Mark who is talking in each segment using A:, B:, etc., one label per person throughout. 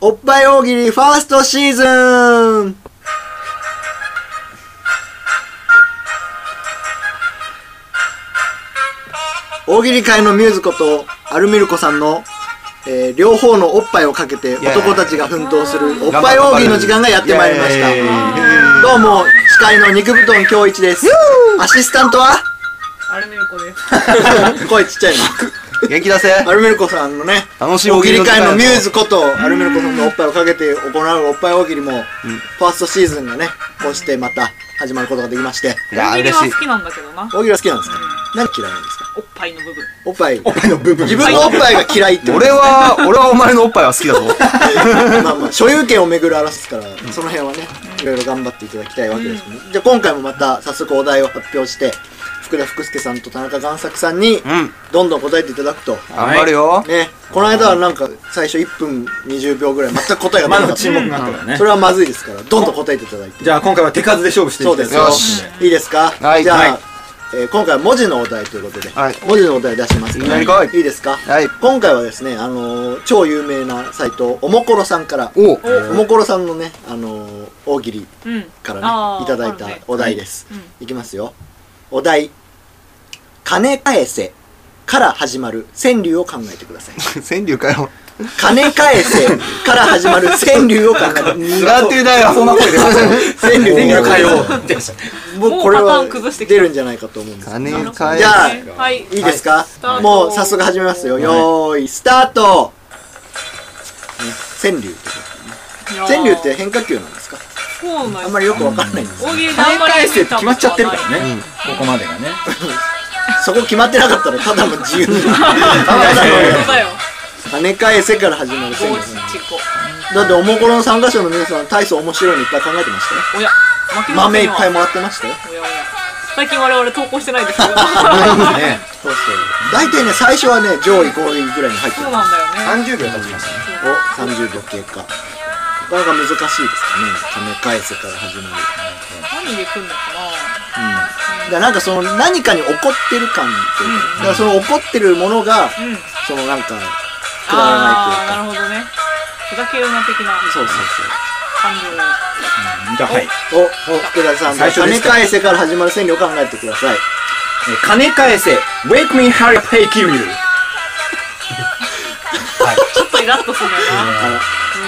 A: おっぱい大喜利ファーストシーズン大喜利界のミューズことアルミルコさんの、えー両方のおっぱいをかけて
B: イエーイ
A: 男たちが奮闘するおっぱい大喜利の時間がやってまいりまし
B: イエ
A: た
B: ーイ
A: どうも司会の肉布団京一ですアシスタントは
C: アルミルコです。
A: 声ちっちゃいな
B: 元気出せ
A: アルメルコさんのね、
B: 楽しい
A: 大
B: 大
A: 喜
B: 喜利
A: 利
B: の時間
A: 界
B: やぞ
A: のミューズこと、アルメルコさんのおっぱいをかけて行うおっぱい大喜利も、ファーストシーズンがね、こうしてまた始まることができまして、
B: いやー
C: アルミル
B: 嬉
C: は
B: しい
C: 好きなんだけどな。
A: 大喜利は好きなんですか何嫌いなんですか
C: おっぱいの部分。
A: おっぱい。おっぱいの部分。自分のおっぱいが嫌いってこと
B: 俺は俺はお前のおっぱいは好きだぞ
A: まあまあ、所有権をめぐる争いですから、その辺はね、いろいろ頑張っていただきたいわけですけど、じゃあ今回もまた早速お題を発表して、福田福助さんと田中贋作さんに
B: ん、
A: どんどん答えていただくと。
B: 頑張るよ
A: ね、この間はなんか最初1分20秒ぐらい全く答えが出な
D: ま
A: かっ
D: だ
A: た
D: 沈黙があったからね
A: そ。れはまずいですから、どんどん答えていただいて。
D: じゃあ今回は手数で勝負してい
A: そう
D: きた
A: で
D: い
A: す
D: と思
A: よ
D: い
B: よ
D: ま
B: し。
A: いいですか
B: はい
A: じゃあ、
B: はい
A: えー今回は文字のお題ということで、
B: はい
A: 文字のお題出しますか
B: いきな
A: ら。
B: り来い
A: いですか
B: はい
A: 今回はですね、あのー超有名なサイト、おもころさんから、
B: お
A: おもころさんのね、あのー大喜利
C: うん。
A: から
C: あ
A: ね、
C: ー
A: いただいた
C: はい
A: お題です。
C: うん
A: いきますよ。お題、金返せから始まる川柳を考えてください。
B: 川柳かよ
A: 金返せから始まる川柳を考えてください。
B: 苦手だよそんな声で
A: 川柳
D: 川柳を変えよう
A: でもうこれ
C: もうパタ
A: は
C: ーン崩してきた
A: 出るんじゃないかと思うんですけど
B: 金
C: なるほど
B: 返
A: じゃあ
C: はい。
A: いいですか、
C: はい
A: もう早速始めますよ、
C: はい
A: よーいスタート、ね川柳川柳って変化球なんですか
C: そうなん
A: あんまりよくわかんないんです、
C: 大喜利であ
D: 金
C: んまり
D: 返せって決まっちゃってるからね、
B: うん
D: ここまでがね
A: そこ決まってなかったらただの自由 な
C: そうだよ。
A: 金返せから始まる川
C: 五
A: 柳
C: 七五。
A: だっておもころの参加者の皆さん大層面白いのいっぱい考えてましたよ
C: おや。負けませ
A: 豆
C: ん
A: いっ
C: よ
A: ぱいもらってましたよ
C: おやおや最近我々投稿してな いですけど。
D: ね
A: そうそう大体ね最初はね上位5位ぐらいに入って
C: そ
A: る
C: うなんだよね。
D: 30秒経ちましたね
A: お30秒経過なかなか難しいですかね金返せから始まる
C: 何で来んのか
A: だからなんかその何かに怒ってる感っていうか,、だからその怒ってるものが、
C: な。うん。
A: そのなんかくだら
C: あ
A: ないというか
C: あー、なるほどね。ふざけるな的な
A: そうそう
C: 感情を。
D: じゃあはい
A: そうお福田さん
D: 最初で
A: 金
D: した
A: 返せから始まる川柳を考えてください
D: えー金返せ Wake me hurry up hey kill you
C: ちょっとイラッとするよな。
A: あの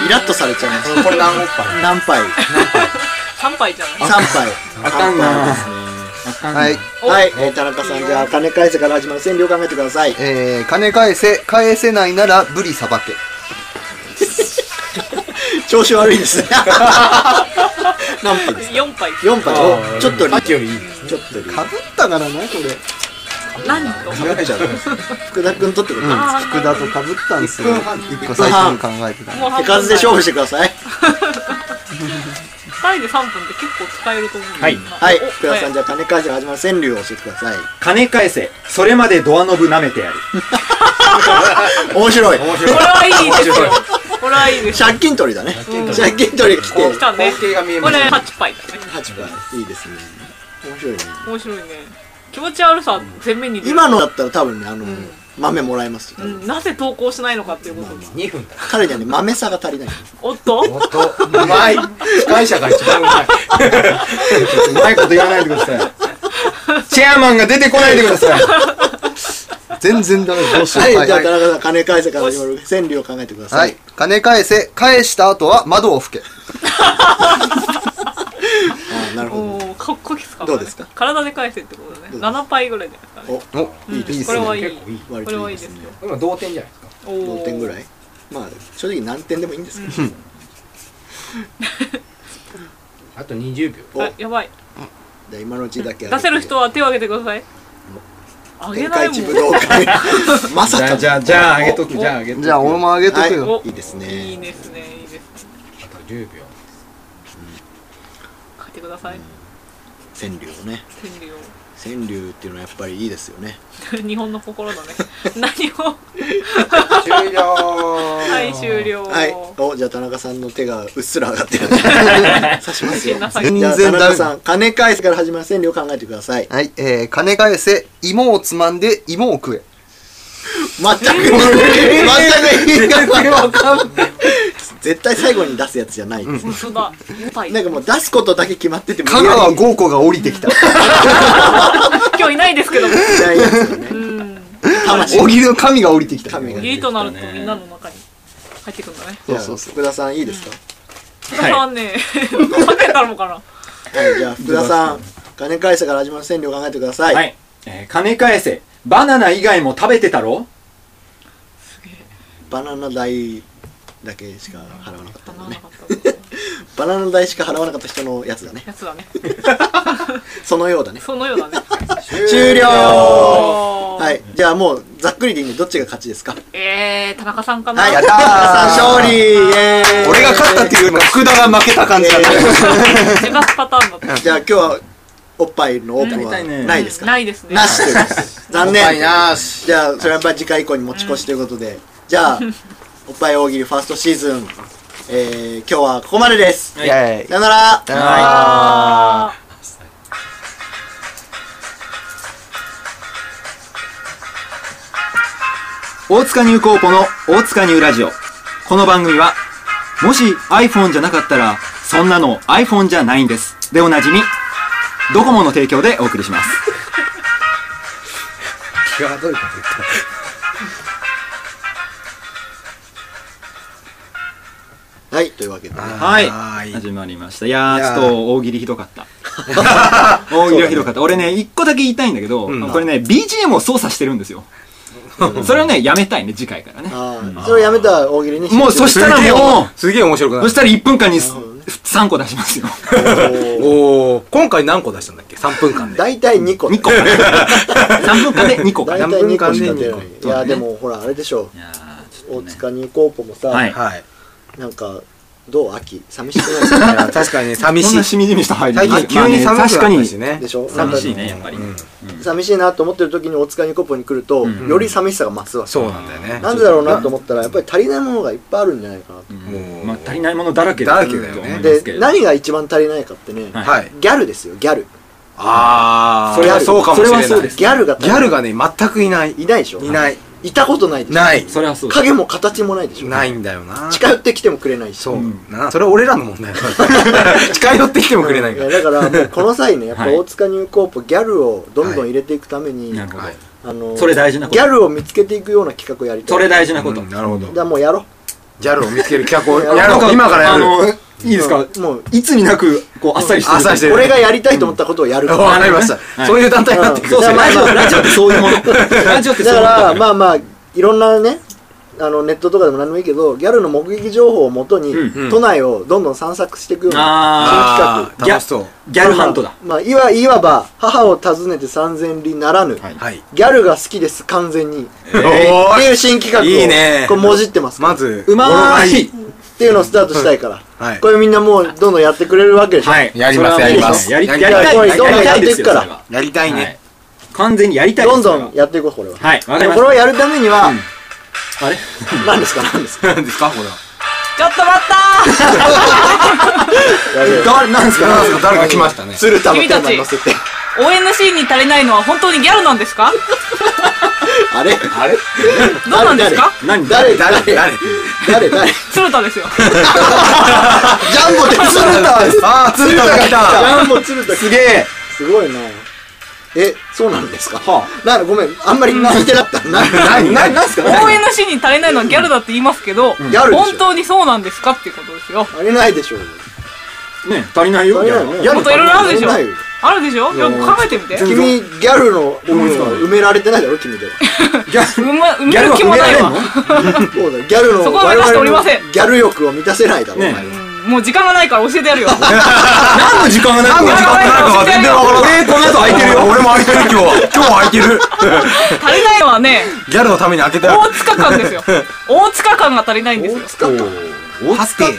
A: イラッとされちゃいました
B: これ何おっぱ
A: 何杯
C: 三杯じゃない。
A: 3杯
D: あかんな
A: 三
D: あ
B: はい
C: お
A: 杯ですねはい、えー田中さんじゃあ金返せから始まる川柳を考えてください
B: えー、金返せ返せないならブリさばけ
A: 調子悪いですね何杯ですか
C: 四杯。
A: 4杯おちょっとリー
D: さっき
A: ド
D: よりいい
A: ちょっとリード
B: かぶったからなこれ
C: 何と。
D: 言われちゃう
A: 福田君とってこ
B: う
A: と
B: ん
C: あー
B: 福田とかぶったんですよ
D: 一分半
B: 一個最初に考えてた
C: もう半
A: 手
C: 分だよ
A: 数で勝負してください
C: 2人で3分って結構使えると思うんだよな
A: はい
C: お
A: 福田さんじゃあ金返せから始まる川柳を教えてください
D: 金返せそれまでドアノブ舐めてやる
A: 面白い
D: 面
C: これ
D: 白
C: はいいですよこれはいい ですよ
A: 借金取りだね
C: うん
A: 借金取り来て
C: 来たね
D: 光景が見え
C: こ
D: ます
C: れ8杯だね
A: 八番いいですね面白いね
C: 面白いね気持ち悪さ前面に出る
A: 今のだったら多分ねあの
C: ん
A: 豆もらえますよ
C: うんなぜ投稿しないのかっていうこと
D: 2分だ
A: 彼にはね豆さが足りない
C: おっと
D: おっとうまい司会者が一番うまいうまいこと言わないでくださいチェアマンが出てこないでください
B: 全然ダメどうしよ
A: は
B: う
A: いじゃあ田中さん金返せから始まる川柳を考えてくだ
B: は
A: さ
B: い
A: い。
B: 金返せ、返した後は窓を吹け。
A: あーなるほ
C: おーかっこいいっすか
A: どうですか
C: 体で返せってことだね7杯ぐらいじゃないですかね
B: お、
C: うん
B: いいです
C: これ
B: ね。
C: はいい
D: 結構いい
A: ど割
C: ことれはい
A: い
C: い
A: で
C: ですす
A: ね
C: よ
D: 今同点じゃないですか
C: おー
A: 同点ぐらいまあ正直何点でもいいんですけど
D: あと20秒
A: お
C: あやばい
A: じゃあ今のうちだけ
C: 出せる人は手を挙げてくださいあげ
A: 天
C: な
A: 下
C: いも
A: 一
C: ん
A: 武道会 まさかの
D: ゃあじゃああげとくじゃああげと
B: じゃあ俺もあげとくよ。
A: おいいですね
C: いいですねいいですね
D: あと10秒
C: 書いてください
A: 川柳をね
C: 川柳を
A: 川柳っていうのはやっぱりいいですよね
C: 日本の心だね 何を
D: 終了
C: はい終了
A: はいおじゃあ田中さんの手がうっすら上がってる刺しますよ
C: なさい
B: 全
A: じゃあ
B: 然
A: 田
B: ダ
A: 中
B: メ
A: さん金返せから始まる川柳を考えてください
B: はい、えー、金返せ、芋をつまんで芋を食え。
A: 全く全く意味が分かんない絶対最後に出すやつじゃないです、
C: 本当だ。はい
A: なんかもう出すことだけ決まってても
B: 香川豪子が降りてきた。
C: 今日いないですけども。
A: いないやつよね
C: うん。
A: 魂
B: 小木の神が降りてきた。
A: 神が
C: 義理となるとみんなの中に入ってくんだね。
A: じゃあ
B: そうそうそう
A: 福田さんいいですか、
D: はい
C: はね、負けたのかな。
A: はいじゃあ福田さん金返せから始まる線量考えてください、
D: はい、えー金返せバナナ以外も食べてたろ
A: バナナ代だけしか払わなかった
C: 叶
A: んだ
C: わな
A: ね
C: かった。
A: バナナ代しか払わなかった人のやつだね
C: やつだね。
A: そのようだね
C: そのようだね。
A: 終了
C: おー
A: はい。じゃあもうざっくりでいいんでどっちが勝ちですかはい
C: えー、田中さんかな。
A: 田
B: やったー
A: 中さん勝利イエーイ
B: 俺が勝ったっていうのは福田が負けた感じだった。
C: 違ったパターンだった。
A: じゃあ今日はおっぱいのオープン
D: やりたい
A: は
D: ね
A: ないですか
C: ないですね。
A: なしということです残
B: おっぱい
A: 念
B: なし。
A: じゃあそれはやっぱり次回以降に持ち越しということで、じゃあおっぱい大喜利ファーストシーズン、えー、今日はここまでです、
B: イェイ
A: さよなら
B: さよなら
C: あー。
D: 大塚ニューコーポの大塚ニューラジオこの番組はもし iPhone じゃなかったらそんなの iPhone じゃないんですでおなじみドコモの提供でお送りします
B: 際どいこと言った。
A: はいというわけでね、
D: はい
B: はい
D: 始まりましたいやー
B: いやー
D: ちょっと大喜利ひどかった大喜利はひどかった、俺ね一個だけ言いたいんだけど、
B: うん
D: これね BGM を操作してるんですよそれをねやめたいね次回からね
A: あーそれをやめたら大喜利にし
D: もうそしたらも
B: すげえ面白く
D: う
B: な
D: そ
B: い
D: したら1分間に
A: なるほどね
D: 3個出しますよ
B: おお今回何個出したんだっけ3分間 で
A: 大体2個
D: 2個かな3分間で2個か
A: 大
D: な
A: 体
B: 何
A: 2
B: 分
A: 個
B: 間
A: し
B: で
A: か出ない、
B: 二
A: いやでもほらあれでしょ
D: いやーちょ
A: 大
D: っとね
A: 塚ニューコーポもさ、
D: はい
B: はい
A: なんかどう秋寂しく ない
B: や確かにね寂
D: そん
B: し
D: ないしみじみした入り
B: 最近急に寒くなったし
D: ね
B: ね
A: でしょ
D: 寂しいねやっぱり、
B: うん
A: い寂しいなと思ってる時に大塚ニューコーポに来ると、
D: うん
A: より寂しさが増すわけ
B: そうなんだよね
A: なんでだろうなと思ったらやっぱり足りないものがいっぱいあるんじゃないかなと、
D: も
B: も
D: う
B: う
D: まあ足りないものだらけ
B: だらけだよね
D: と思いますけ
A: で
D: ど
A: 何が一番足りないかってね、
D: はい
B: はい
A: ギャルですよギャル
B: ああ
A: それは
B: そうかもしれない
D: それはそうです
A: ギャルが
B: ギャルがね全くいない
A: いないでしょ
B: いない
A: いたことないでしょ
B: ない
D: それはそうです
A: 影も形もないでしょ
B: ないんだよな
A: 近寄ってきてもくれないし
B: そううんなそれは俺らの問題だから 近寄ってきてもくれない
A: い
B: か
A: や
B: ら
A: だからもうこの際 ねやっぱ
D: はい
A: 大塚ニューコーポギャルをどんどん入れていくために、
D: なるほど、
B: はい
A: あの
D: それ大事なこと
A: ギャルを見つけていくような企画をやりたい
D: それ大事なこと、
B: うんなるほ
A: だ
B: ど
A: からもうやろ
B: ギャルを見つける企画を
A: や
B: や
A: ろ
B: ろう今からやる
D: あのいいですか、
A: うもう
D: いつになくこうあっさりしてる
B: あっさりして
A: う
B: る
A: 俺がやりたいと思ったことをやる
B: わかりまし
D: は
B: た
D: い
B: そういう団体になってくる
D: そうそう
A: だから
D: ラジ
A: まあ
D: オラジオってそういうもの ラジオってそう
A: だ
D: いう
A: か
D: もの
A: らまあまあいろんなねあのネットとかでも何でもいいけどギャルの目撃情報をもとに、
D: うん
B: うん
A: 都内をどんどん散策していくような新
D: あ
B: ー
A: 企画
D: ギャ
B: 楽しそう
D: ギャルハントだ、
A: まあ、いわいわば母を訪ねて三千里ならぬ、
D: はい
B: はい
A: ギャルが好きです完全に
B: お
A: って
B: ー
A: い
B: いう
A: 新企画を
B: いいね
A: これもじってます
B: まず
D: うまーい
A: っていうのをスタートしたいから、
B: はい
A: これみんなもうどんどんやってくれるわけでしょ、
D: はい
B: やります
D: それは
B: や
A: ります
D: やりやり
B: やり
D: たい
A: これ
D: やり
A: どんどん
D: たいですよ
A: やっていくから
D: それは
B: やりたいね
D: はい完全にやりたいで
A: ど
D: す
A: ん
D: それ
A: ど
D: は
A: んやっていこうこれは、
D: はいわか
A: で
D: り
A: も
D: ま
A: こ
D: し
A: れ
D: た
A: をやるためには、
D: あれ
A: 何ですか何ですか
B: 何ですかこれは
C: ちょっと待っ
B: 誰なんですかなんですか誰か来ましたね
A: 鶴田のテーマに乗せて
C: たー !ONC に足りないのは本当にギャルなんですか
A: あれ
B: あれ
C: どうなんですか
D: 何
A: 誰誰
B: 誰誰
A: 誰誰
C: 鶴田ですよ。
A: ジャンボで鶴田
B: あー鶴田が来
A: ジ
B: た
A: ャンボ鶴田
B: すげえ
A: すごいなえそうなんですか
D: は
A: なごめんあんまり聞いてなか ったな
D: あ
A: 何
D: 何ですか
C: ONC に足りないのはギャルだって言いますけど、
A: ギャルでしょ
C: 本当にそうなんですかっていうことですよ。
A: あれないでしょう
D: ね足りないよギャルは
A: ギャル
C: もっといろいろあるでしょ
A: ないよ
C: あるでしょよく考えてみて。
A: 君ギャルの部分は埋められてないだろ君では
D: ギャ
C: う
D: ル
C: ま、埋
D: ギ
C: め
D: ャル
C: る
D: は
C: 気
D: 埋
C: も
D: めら
C: な
D: れ
C: い
D: ん
C: わ
D: の。
A: そうだギャルの
C: そこは目指しておりません
A: 我々のギャル欲を満たせないだろお前は
D: ね
C: うんもう時間がないから教えてやるよ。
D: 何の時間がない
B: 何の時間なのか全然わからない。えこの後空いてるよ。俺も空いてる今日は。今日空いてる。
C: 足りないのはね、
B: ギャルのために開けたよ。
C: 大塚感ですよ。大塚感が足りないんですよ。
A: 使った
B: はて。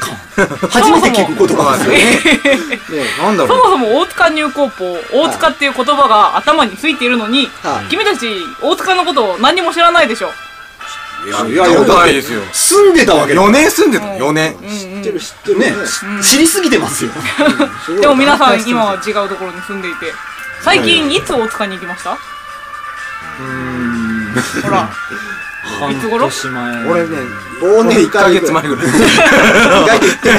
D: 初めて聞く言葉なんですよ
B: なんだ
C: そ
B: ろ
C: もそも大塚入高校、大塚っていう言葉が頭についているのに、
A: はい
C: 君たち大塚のことを何にも知らないでしょ。
B: う。いやいや、よくないですよ。
D: 住んでたわけだ
B: 4年住んでたの ?4 年。
A: 知ってる知ってる
D: ね知りすぎてますよ
A: すごい
C: でも皆さん今は違うところに住んでいて、最近いつ大塚に行きましたほら、いつ頃
B: 半年前
D: 俺ね、
A: 忘年
B: 1ヶ
A: 会
B: 月前ぐらい
A: 意外と言って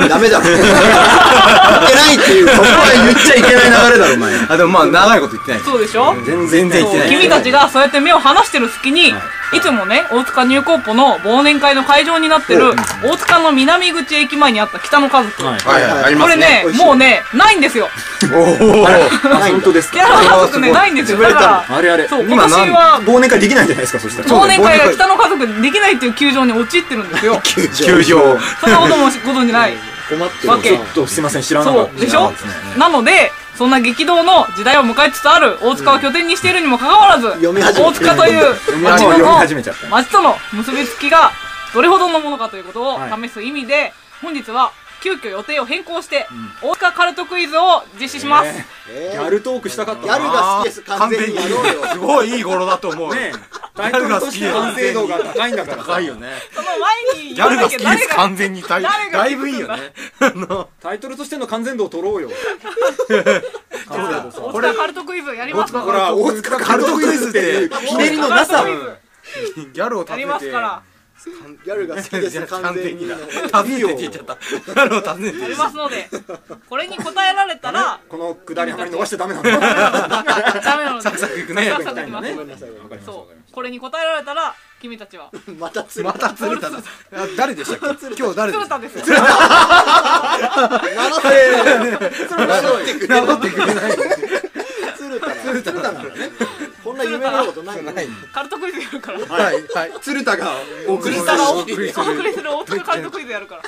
A: ないダメだろ言ってないっていうそこは言っちゃいけない流れだろお前
B: あでもまあ長いこと言ってない
C: そうでしょ
B: 全然言って
C: そう
B: ない
C: 君たちがそうやって目を離してる隙に、いつもね、大塚入高ポの忘年会の会場になってる、大塚の南口駅前にあった北の家族。
D: はい
B: はいはいあり
C: こ
B: ま
C: れ
B: すね
C: ね、もうね、ないんですよ。
D: あ、本当です
C: 北
D: か。
C: の家族ね、ないんですよ。だか
D: あれあれ
C: ら、。そう、
B: 今
C: 今年は、
D: 忘年会できないんじゃないですか、そしたら。
C: 忘年会が北の家族できないっていう球場に陥ってるんですよ。
B: 球場
C: そんなこともご存じない。
A: 困って
C: わけ
A: る
D: ちょっとすいません、知らなか
C: そ
D: った。
C: う、でしょなので、そんな激動の時代を迎えつつある大塚を拠点にしているにもかかわらず、
A: 読み始め
C: 大塚という町
D: み始め
C: と
D: 読み
C: の
D: 始めちゃった
C: 町との結びつきがどれほどのものかということを
D: は
C: 試
D: い
C: す意味で、本日は急遽予定を変更して、大塚カルトクイズを実施します。
A: え
D: ギ
A: ー
D: ャルトークしたかった
A: ギャルが好きです完全にやろうよ
B: すごいいい頃だと思う
D: ねタイトルが好きで完成度が高いんだから
B: 高いよね
C: その前に
B: ギャルが好きで
C: 誰
B: す
C: が
B: 完全に大
C: 誰が
B: だいぶいいよねあの
D: タイトルとしての完全度を取ろうよ
C: 大塚カルトクイズやります
D: ほら大塚
B: カルトクイズって
D: ひねりのな
C: カ
D: さ
C: ルトクイズ
B: ギャルを立
C: や
B: てて
C: りますから。
A: ギャルが好きです完
B: 完
A: 全
B: 全
A: に
B: に
A: ね
B: だ訪ねて言っちゃったギャルを訪ねて
C: やりますので、これに答えられたら、
D: このくだりあまり伸ばしちゃダメなん だ
C: ダメなので
B: サクサクいくね
C: サクサクいきます
D: ね
A: ごめんなさいごめんなさ
C: そう、これに答えられたら、君たちは。
A: いまた釣れ
B: ま
A: た
B: た釣れたなあ誰でしたっけ今日誰で
C: 鶴
B: した
C: 田
B: っ
C: ですよ。
A: 名乗って名乗ってくれ
B: け名乗ってくれない
A: 鶴田だ鶴田なんだねこんな夢見たことない
B: ない
C: カルトクイズやるから。
B: はいはい鶴田がお送
C: ク
B: り
C: リ
B: す
C: ス
B: る
C: タがお送
B: り
C: りする大塚カルトクイズやるから。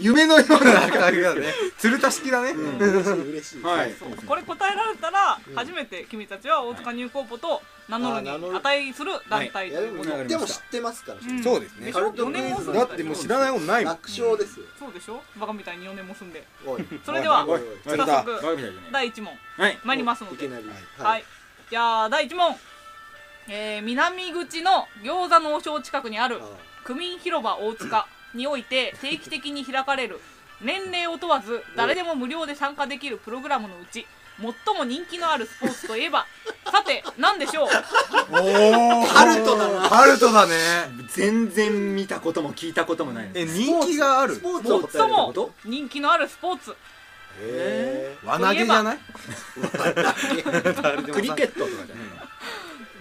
B: 夢のような感じだね鶴田式だね
A: 嬉しい
D: はい
C: そうこれ答えられたら、初めて君たちは大塚入高ポと名乗るに
A: あー名乗る
C: 値する団体
A: い
C: と
A: やで
C: いう
A: も
C: こと。
A: でも知ってますから
C: ん
B: そうですね
C: しょ
A: カルトクイズ
C: 四年も住ん
A: だ
C: で
A: ったて
C: り
A: もう知
B: らないもんな
A: 楽勝ですよ
C: そうでしょバカみたいに4年も住んで。
A: おい
C: それでは
A: おい、
C: 早速、第1問、参りますの
A: いき
C: で。
A: なり
C: はい。じゃあ、第1問。えー、南口の餃子の王将近くにある
A: あー
C: 区民広場大塚において定期的に開かれる年齢を問わず誰でも無料で参加できるプログラムのうち最も人気のあるスポーツといえばさて何でしょう
B: おお
A: カルトだな
B: ハルトだね
D: 全然見たことも聞いたこともない
B: え人気がある
A: スポーツを答えるっ
C: 最
A: てこ
C: も
A: と
C: 人気のあるスポーツ
A: へ
B: 輪投げじゃない
A: ークリケットとかじゃない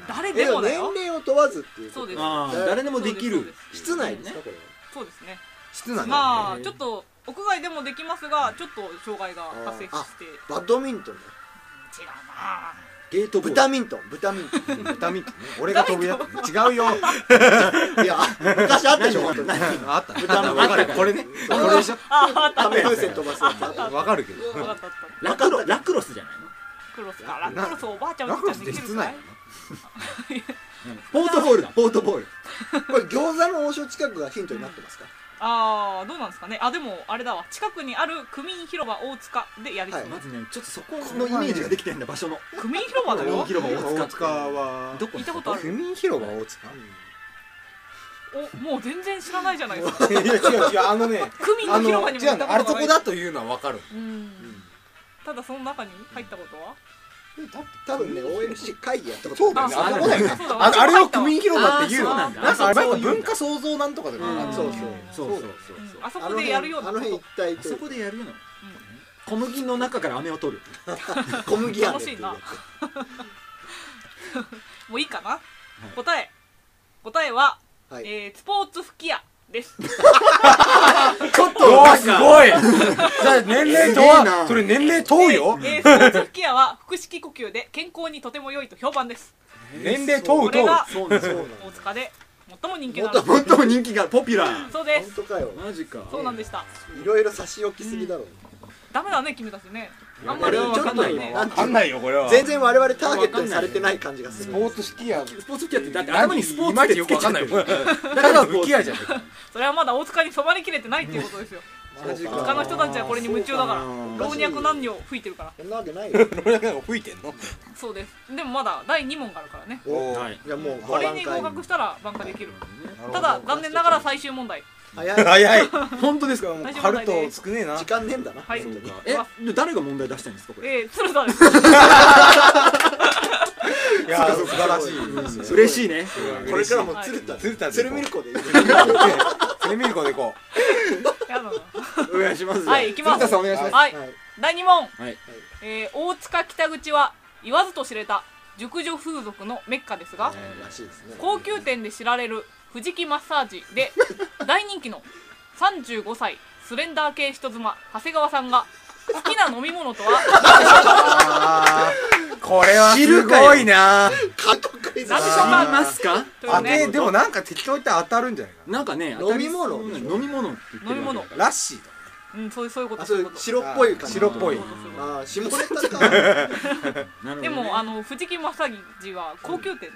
C: 誰
A: え
C: で
A: でも
C: もだ
A: 年
C: よ
A: 齢を問わずっていうこと
C: そうです
D: あ
A: ー
D: 誰でもでき
C: そう
D: る
C: す
A: 室内ですかこれは
C: そうですそうですね
B: 室内
C: まあちょっと屋外でもできますがちょっと障害が発生して違う
A: バドミントンだよ
C: な
D: ゲートボール
A: 豚ミントン豚ミント
B: 豚ミントね俺が飛ぶやつ違う よ
A: ンいや昔あったでしょ本当に
B: あった
A: 豚の
B: わかるこれねこれでしょ
C: あああった
A: カメ風船飛ばすやつ
B: わかるけど
C: 分かったあった
A: ラクロラクロスじゃない
C: クロスかラクロスおばあちゃんお
B: ラ
C: じ
B: クロ
C: いちゃ
B: スっ
C: ん
B: て
C: でき
B: 室
C: るかい
B: 内
A: ポートボールだポートボールこれ餃子の王将近くがヒントになってますか
C: ああどうなんですかねあでもあれだわ近くにある区民広場大塚でやりそう、
A: はい
D: まずねちょっとそこのイメージができてんだ場所の
C: 区民広場だよ
D: 広場大
B: 大
D: 塚
B: 塚は
D: どこ
C: 行ったことあ
B: 区
C: る
B: 民広場大塚
C: おもう全然知らないじゃないですか
B: いや違う違うあのね
C: 区民の広場にも行ったことがない
B: というのはわかる
C: うんただその中に入ったことは
A: 多分ね OMC 会議やったこと
B: そうだよね
C: あ
B: あそこだよね
C: そうだ
B: あ
C: 私も
B: あれ
C: 入
B: を
C: った
B: 区
C: わ
B: 民広場っていうの
C: あーそうなん
B: ん
C: だ
B: かあれなんか文
A: そ
B: 化創造なんとかとか
D: うん
A: そうそう
D: そうそう
C: うんあそこでやるよう
A: あ
C: な
A: の辺
C: こ
A: 一体
D: そこでやるの小麦の中から飴を取る
A: 小麦飴
C: 楽しいなともういいかな、答え答えは、
A: はい
C: えースポーツ吹き矢です
B: ちょっとおーすごいだって年齢
A: す
B: と
A: げえな
B: はそれ年齢遠いよ
C: えースポーツ吹き矢は腹式呼吸で健康にとても良いと評判です
B: 年齢遠
C: こ
B: い遠
C: れ
B: い
C: が
A: そうなんそうなん
C: 大塚で最も人気
A: も
C: の
A: っと
C: ある
A: 本
D: 本当人気がポピュラー
C: そうです
A: 当かよ
D: マジか
C: そうなんでした
A: いろいろ差し置きすぎだろ
C: ダメだね君たちねあんま
A: これ
C: りわ
A: はちょ
C: か
A: っ
C: んな
A: と
C: い
A: ね
C: ね
A: なんて
B: わか
A: いうんの
B: ないよこれは
A: 全然我々ターゲットにされてない感じがす
B: ス
A: る
B: ポーツスキーや
D: スポーツキャってだって頭
B: 頭
D: に
B: に
D: ス
B: ス
D: ポ
B: ポ
D: ー
B: ー
D: ツ
B: ツで
D: ってつ
B: つ
D: け
B: け
D: ち
B: ち
D: ゃ
B: ゃ
D: っ
B: ってて
D: る
B: る
D: から
B: ただ吹き矢じゃない
C: それはまだ大塚に染まりきれてないっていうことですよ
A: マジか
C: 他の人たちはこれに夢中だから
D: そう
A: か
C: 老若男女吹いてるから
A: そんなわけないよ
B: 俺だけが吹いてんの
C: そうですでもまだ第2問があるからね
A: お
B: はい
A: いやもう
C: これに
A: バラ
C: 合
A: ン
C: 格したら挽回できる
B: ほど
C: ただ残念ながら最終問題
A: カイ早い
B: 早い本当ですかもう
C: 大丈夫
B: カルト少ねえな
A: 時間ねえんだな
C: はい
A: 本当に
D: え誰が問題出したいんですかこれ
C: えー、鶴田です
B: いやー素晴らしい
D: 嬉しいね。
A: これからも鶴田、
B: 鶴田で
A: 鶴見る子でいい
B: テレビコで行こ
C: やだな
D: お願いします。
C: はい行きます
D: 鶴田さんお願いします。
C: はい
A: はい
C: 第2問、
D: はい
C: えー大塚北口は言わずと知れた熟女風俗のメッカですが、
A: らしいですね
C: 高級店で知られる藤木マッサージで 大人気の35歳スレンダー系人妻長谷川さんが好きな飲み物とは
B: うこれは
D: 知
B: す
D: るかよ
B: ごいな
A: 過去クイズ
C: なんでしょう
D: 知
C: か
D: りますか？
C: とい
B: 当
C: うね
B: てでもなんか適当言ったら当たるんじゃないか
D: なんかね、
A: 飲み物
D: 当たりそうな飲み物って言ってるわけだから
C: 飲み物
B: なラッシーと
C: うん、そういうそういうこと
A: あ
C: そ
A: そうう
C: い
A: いうう
C: こと
A: 白っぽい感じ
B: 白っぽい
C: そうそうそう
A: あー下ネタか
D: なるほどね
C: でもあの藤木マッサージは高級店、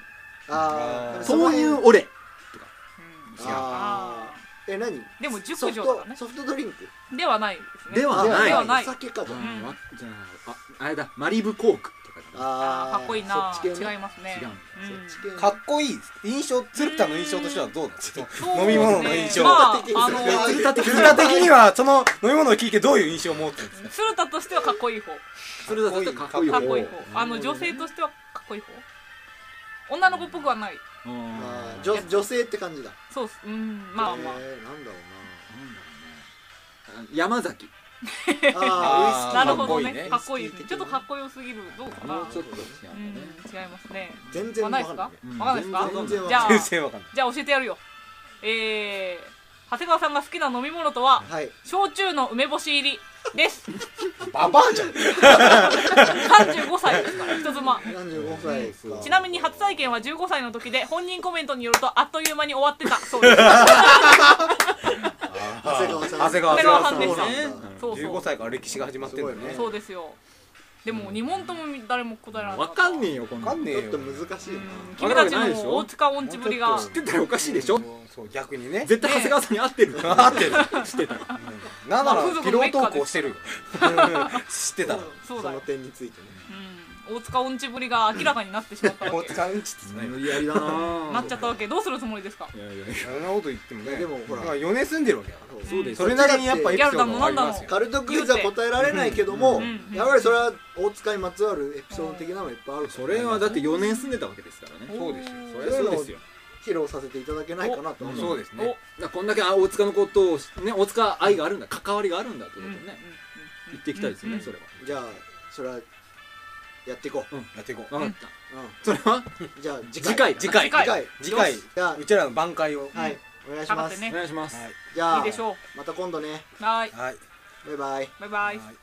A: あー
D: そういう俺。
C: うん
A: あーえ何
C: でも熟
A: ソフ
C: 女だから
A: ト
C: ね
A: ソフトドリンク
C: ではないですね
D: では
A: あ
D: ない
C: ではない
A: お酒かとあ
D: あーわじゃあああれだマリブコークとかだ
C: あーかっこいいな
A: そっち系
C: 違
A: ね
C: いますね
D: 違
C: う
D: う
C: ん
A: そっち系ね
B: かっこいい印象鶴田の印象としてはどうなんですか
C: そう
B: 飲
C: ですね
B: み物の印象
C: まあ、あの
A: 鶴田的
B: 鶴田的にはその飲み物を聞いてどういう印象を持ってるんですか
C: 鶴田としてはかっこいい方か
D: それだとかっこいい
B: か
C: っこいい
D: 方
C: 方あの女性としてはかっこいい方女の子っぽくはない
A: あ
D: あ
A: ー
D: ー
A: 女女性って感じだ
C: そうっすうんまあまあ
A: えーなんだろ
D: 山崎
A: う なあ
B: ー
C: なるほど
B: かっこいい
C: ね
B: ね
C: かっこいいですねちょっとかっこよすぎるどうかな
D: もうちょ
C: う
D: っと違うんんだね
C: 違いますね
A: ー全然
C: わかん
A: わ
C: ない
A: かんない
C: ですか
D: うん
C: わかんないですか
A: 全然わ
C: じ
A: か
C: ゃあ
A: ん
B: 全然わかんない
C: じゃあ教えてやるよえー、長谷川さんが好きな飲み物とは
A: はい
C: 焼酎の梅干し入りです
B: ババアじゃん
C: 35歳ですから人妻
A: 75歳ですか
C: ちなみに初体験は15歳の時で本人コメントによるとあっという間に終わってたそう です
A: 長谷川さん
B: 長谷川
C: 長谷川さん
A: そうな
C: で
A: ん
C: す
A: だ
C: そうそう
B: 15歳から歴史が始まってる
A: すごいね
C: そうですよでも2問とも誰も答えられな
D: わかん
C: ね
D: ねえよこん
B: わ
D: な
B: か
D: の
B: んねえ
A: ちょっ
B: よ
A: と難しいな
C: 君たちの大塚音痴ぶりが
D: 知ってたらおかしいでしょ
B: そう逆にね
D: 絶対長谷川さんに合ってる
B: 合ってる
D: してたら
B: なんな
C: まあ風
B: ら
C: 俗
B: ピ
C: の
B: ロ
C: メ
B: ー
C: ッカ
B: トー
C: です
B: クをしてるよ 知ってたら
C: そう
A: そ
C: だ
A: の
C: よ、
A: 点についてね
C: うん、大塚音痴ぶりが明らかになってしまった
B: こ
C: わ
B: う
C: け
B: 使うんちってないよ
D: 無理やりだな
C: なっちゃったわけどうするつもりですか
D: いやいやいや
B: そんなこと言ってもね
A: でもほら
B: 4年住んでるわけだから
D: そうです
B: それなりにやっぱエピソードもあり
C: ギャルだもんなんだもん
B: ますよ
A: カルトクイズは答えられないけども、
B: うん
C: うん
A: やっぱりそれは大塚にまつわるエピソード的なのもいっぱいあるから
D: それはだって4年住んでたわけですからね
B: そうですよ
D: そりゃそうですよ
A: 披露させていただけないかなと思う
B: そうですね
D: だからこんだけあ大塚のことをね大塚愛があるんだ関わりがあるんだってことをね言っていきたいですよねそれは
A: じゃあそれはやっていこう、
B: やっていこう
D: わかっ
A: う
D: たそれは
A: ん、じゃあ次
D: 次
A: 回
D: 回
B: 次回
C: 次回
A: 次回
B: 次回
A: じゃあ
B: うちらの挽回を
A: はいお願いし
C: 頑張
A: ま
C: って
A: す、
C: ね
D: お願いします
B: はい
A: じゃあ
C: いいでしょ
A: また今度ね
C: うはーい
B: はい
A: バイバイ
C: バイバイ
B: はい